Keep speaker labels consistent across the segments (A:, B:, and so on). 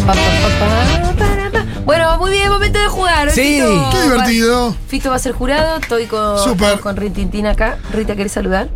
A: Pa, pa, pa, pa, pa, pa. Bueno, muy bien, momento de jugar.
B: Sí.
A: Fito
C: ¡Qué
A: va-
C: divertido!
A: Fito va a ser jurado, estoy con,
C: Súper.
A: con Ritintín acá. Rita, ¿querés saludar?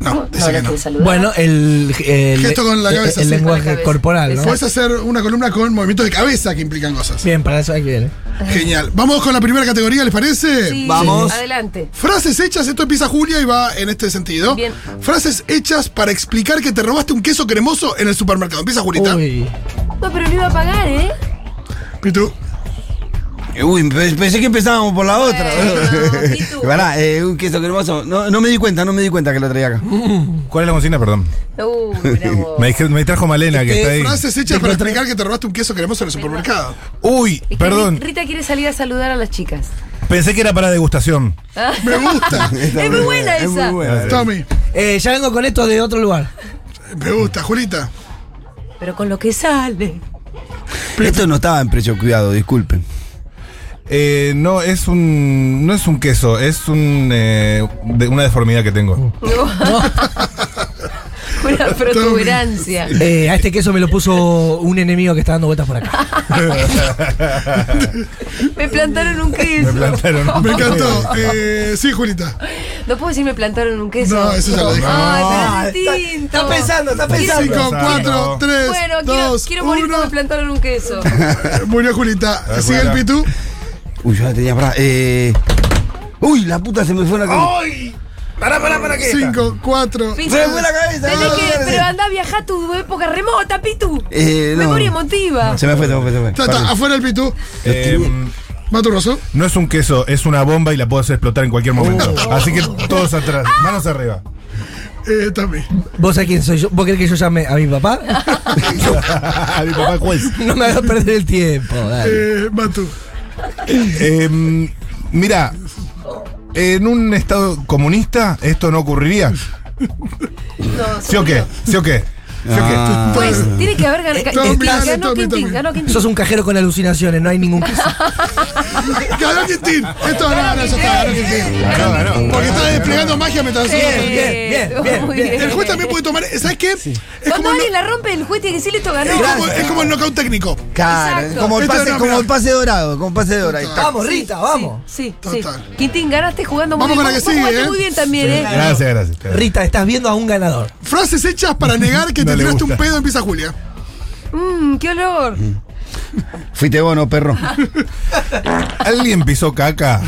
C: No,
A: no
C: dice que no.
A: querés saludar.
B: Bueno, el, el,
C: Gesto con la
B: el-
C: cabeza,
B: el
C: sí.
B: lenguaje
A: Con la cabeza.
B: corporal, ¿no?
C: Puedes hacer una columna con movimientos de cabeza que implican cosas.
B: Bien, para eso hay que ¿eh? ver.
C: Genial. Vamos con la primera categoría, ¿les parece?
A: Sí,
B: Vamos.
A: Adelante.
C: Frases hechas, esto empieza Julia y va en este sentido.
A: Bien.
C: Frases hechas para explicar que te robaste un queso cremoso en el supermercado. Empieza Julita.
B: Uy.
A: No, pero lo iba a pagar, ¿eh?
C: Pitu.
D: Eh, Uy, pe- pensé que empezábamos por la otra.
A: Eh, Bueno, ¿y tú?
D: Pará, eh, un queso cremoso. No, no me di cuenta, no me di cuenta que lo traía acá.
E: ¿Cuál es la consigna, perdón?
A: Uh, mirá vos.
E: Me, dije- me trajo Malena, que está ahí.
C: Eh, Frases hechas para explicar que te robaste un queso cremoso en el supermercado.
E: Uy,
A: Es que
E: perdón.
A: Rita quiere salir a saludar a las chicas.
E: Pensé que era para degustación.
C: Me gusta.
D: Está
A: Es muy buena
D: Es
A: esa.
D: muy buena.
C: Tommy.
B: Eh, ya vengo con esto de otro lugar.
C: Me gusta, Julita.
A: Pero con lo que sale.
D: Esto no estaba en precio cuidado, disculpen.
E: Eh, no, es un. No es un queso, es un. eh, de- una deformidad que tengo.
A: Una protuberancia.
B: Eh, a este queso me lo puso un enemigo que está dando vueltas por acá.
A: Me plantaron un queso.
E: Me plantaron.
C: Me encantó. Eh, sí, Julita.
A: No puedo decir me plantaron un queso.
C: No, eso ya lo dije.
A: Ay, pero es distinto.
D: está
C: Cinco, cuatro, tres,
A: Bueno, quiero,
C: dos,
A: quiero morir
C: uno.
A: como me plantaron un queso.
C: Murió Julita.
E: Está
C: Sigue el
E: buena.
C: Pitu.
D: Uy, yo la tenía pará. Eh. Uy, la puta se me fue la
A: Oh.
D: cabeza.
E: ¡Ay! ¡Para, para, para qué!
C: Cinco, cuatro.
A: Pitu,
D: Se me fue la cabeza.
A: tenés
D: no,
A: que,
D: no, no,
A: pero
D: no.
A: anda a viajar tu época remota, Pitu.
D: Eh, no.
A: Memoria emotiva.
D: Se me fue, se me fue, se me fue.
C: Está, está,
D: Perdón.
C: afuera el Pitu.
E: Eh,
C: Maturroso.
E: no es un queso, es una bomba y la puedo hacer explotar en cualquier momento.
A: Oh.
E: Así que todos atrás,
A: Ah.
E: manos arriba.
C: Eh, Tommy.
B: ¿Vos sabés quién soy yo? ¿Vos querés que yo llame a mi papá?
E: A mi papá juez.
B: No me hagas perder el tiempo. dale.
C: Eh, Matu.
E: Eh, mira, en un estado comunista esto no ocurriría.
A: No,
E: ¿Sí o qué? ¿Sí o qué? ¿Sí o qué?
D: Ah.
A: Pues tiene que haber ganado.
C: Estamos mirando,
A: Ganó
C: estamos
A: Quintín,
C: mirando.
A: ganó Quintín.
B: Sos un cajero con alucinaciones, no hay ningún queso.
C: Eh, Ganó Quintín. Esto ganó, ganó, ya está, ganó Quintín.
E: Ganó, ganó.
C: Porque está desplegando magia mientras hace-
B: Bien, bien, bien, bien,
A: Muy
B: bien.
C: El juez también puede tomar. ¿Sabes qué? Es
A: Cuando
C: como, el no-
A: alguien la rompe, el juez tiene que decirle esto ganó.
C: es como- es como el knockout técnico.
D: Claro,
A: Exacto.
D: como el
C: Esto
D: pase,
C: no,
D: como
C: mirá.
D: el eh. pase dorado, como el pase dorado. Ahí
C: Ah.
D: está.
B: Vamos, Rita, vamos.
A: Sí, sí.
C: Total.
A: Quintín, ganaste jugando muy
C: Vamos
A: bien.
C: con la
A: Vos-
C: que sigue,
A: vos jugaste
C: ¿eh?
A: muy bien también, ¿eh?
E: Gracias, gracias. gracias.
B: Rita, estás viendo a un ganador.
C: Frases hechas para negar que
E: No
C: te
E: le
C: tiraste un
E: gusta.
C: pedo, empieza Julia.
A: Mmm, qué olor.
C: Mm.
D: Fuiste vos, no, perro.
E: ¿Alguien pisó caca?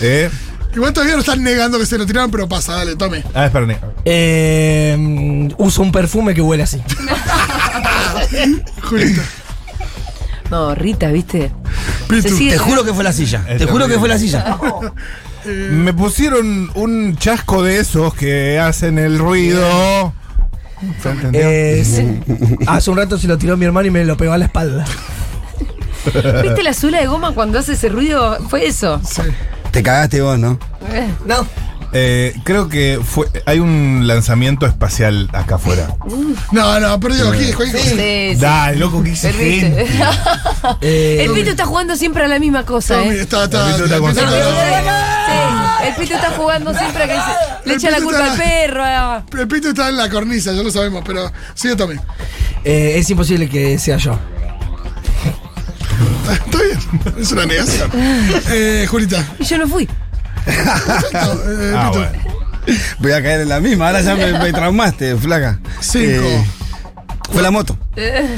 E: ¿Eh?
C: Igual todavía lo están negando que se lo tiraron, pero pasa, dale, tome.
E: Ah, espérame.
B: Eh, mm, uso un perfume que huele así.
C: Julita.
A: No, Rita, ¿viste? Se
C: Pitu.
A: sigue-
D: Te juro que fue la silla. Te juro que fue la silla.
E: Me pusieron un chasco de esos que hacen el ruido. ¿Se entendió?
B: Eh, sí. Hace un rato se lo tiró mi hermano y me lo pegó a la espalda.
A: ¿Viste la suela de goma cuando hace ese ruido? Fue eso.
D: Te cagaste vos, ¿no?
A: Eh,
B: No.
E: Eh, creo que fue, hay un lanzamiento espacial acá afuera.
C: No, no, perdió. Gil, Gil, Gil.
A: Sí, sí.
E: Dale, loco, que hice
A: Perdiste.
E: gente.
B: Eh,
A: El Pito está jugando siempre a la misma cosa,
C: Tommy,
A: ¿eh?
C: está, está.
E: El Pitu está
C: empieza
E: concentrado.
C: a ganar.
A: Sí, el Pito está jugando siempre a que se- le
C: El
A: echa la
C: Pitu
A: culpa
C: está-
A: al perro. ah.
C: El Pitu está en la cornisa, ya lo sabemos, pero sigue Tommy.
B: eh, es imposible que sea yo.
C: Está bien, es una negación. Eh, Julita.
A: Y yo no fui.
C: Perfecto. Eh,
E: Ah,
C: Pitu.
E: bueno.
D: Voy a caer en la misma. Ahora ya me, me traumaste, flaca.
C: Cinco.
D: Eh, fue la moto.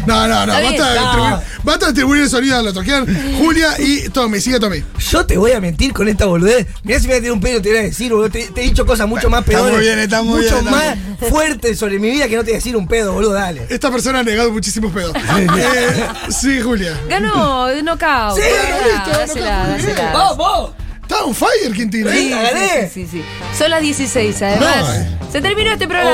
C: No, no, no,
A: Está bien,
C: basta de,
A: no.
C: atribuir, basta de atribuir el sonido al otro. Quedan Julia y Tommy, sigue Tommy.
B: Yo te voy a mentir con esta boludez. Mirá si me voy a tirar un pedo, te voy a decir, boludo. Te, te he dicho cosas mucho más
D: Está muy
B: peores.
D: bien, está muy
B: mucho
D: bien,
B: más
D: está
B: fuertes sobre mi vida que no te voy a decir un pedo, boludo, dale.
C: Esta persona ha negado muchísimos pedos. Eh, sí, Julia.
A: Ganó de knockout.
B: Sí,
A: Dásela,
C: listo, knockout,
A: dásela,
C: muy
A: dásela.
C: bien.
B: ¡Vamos!
C: Está on fire, Quintín. ¿eh?
B: Sí. gané.
A: sí, sí, sí. Son las 16, además. Se terminó este programa.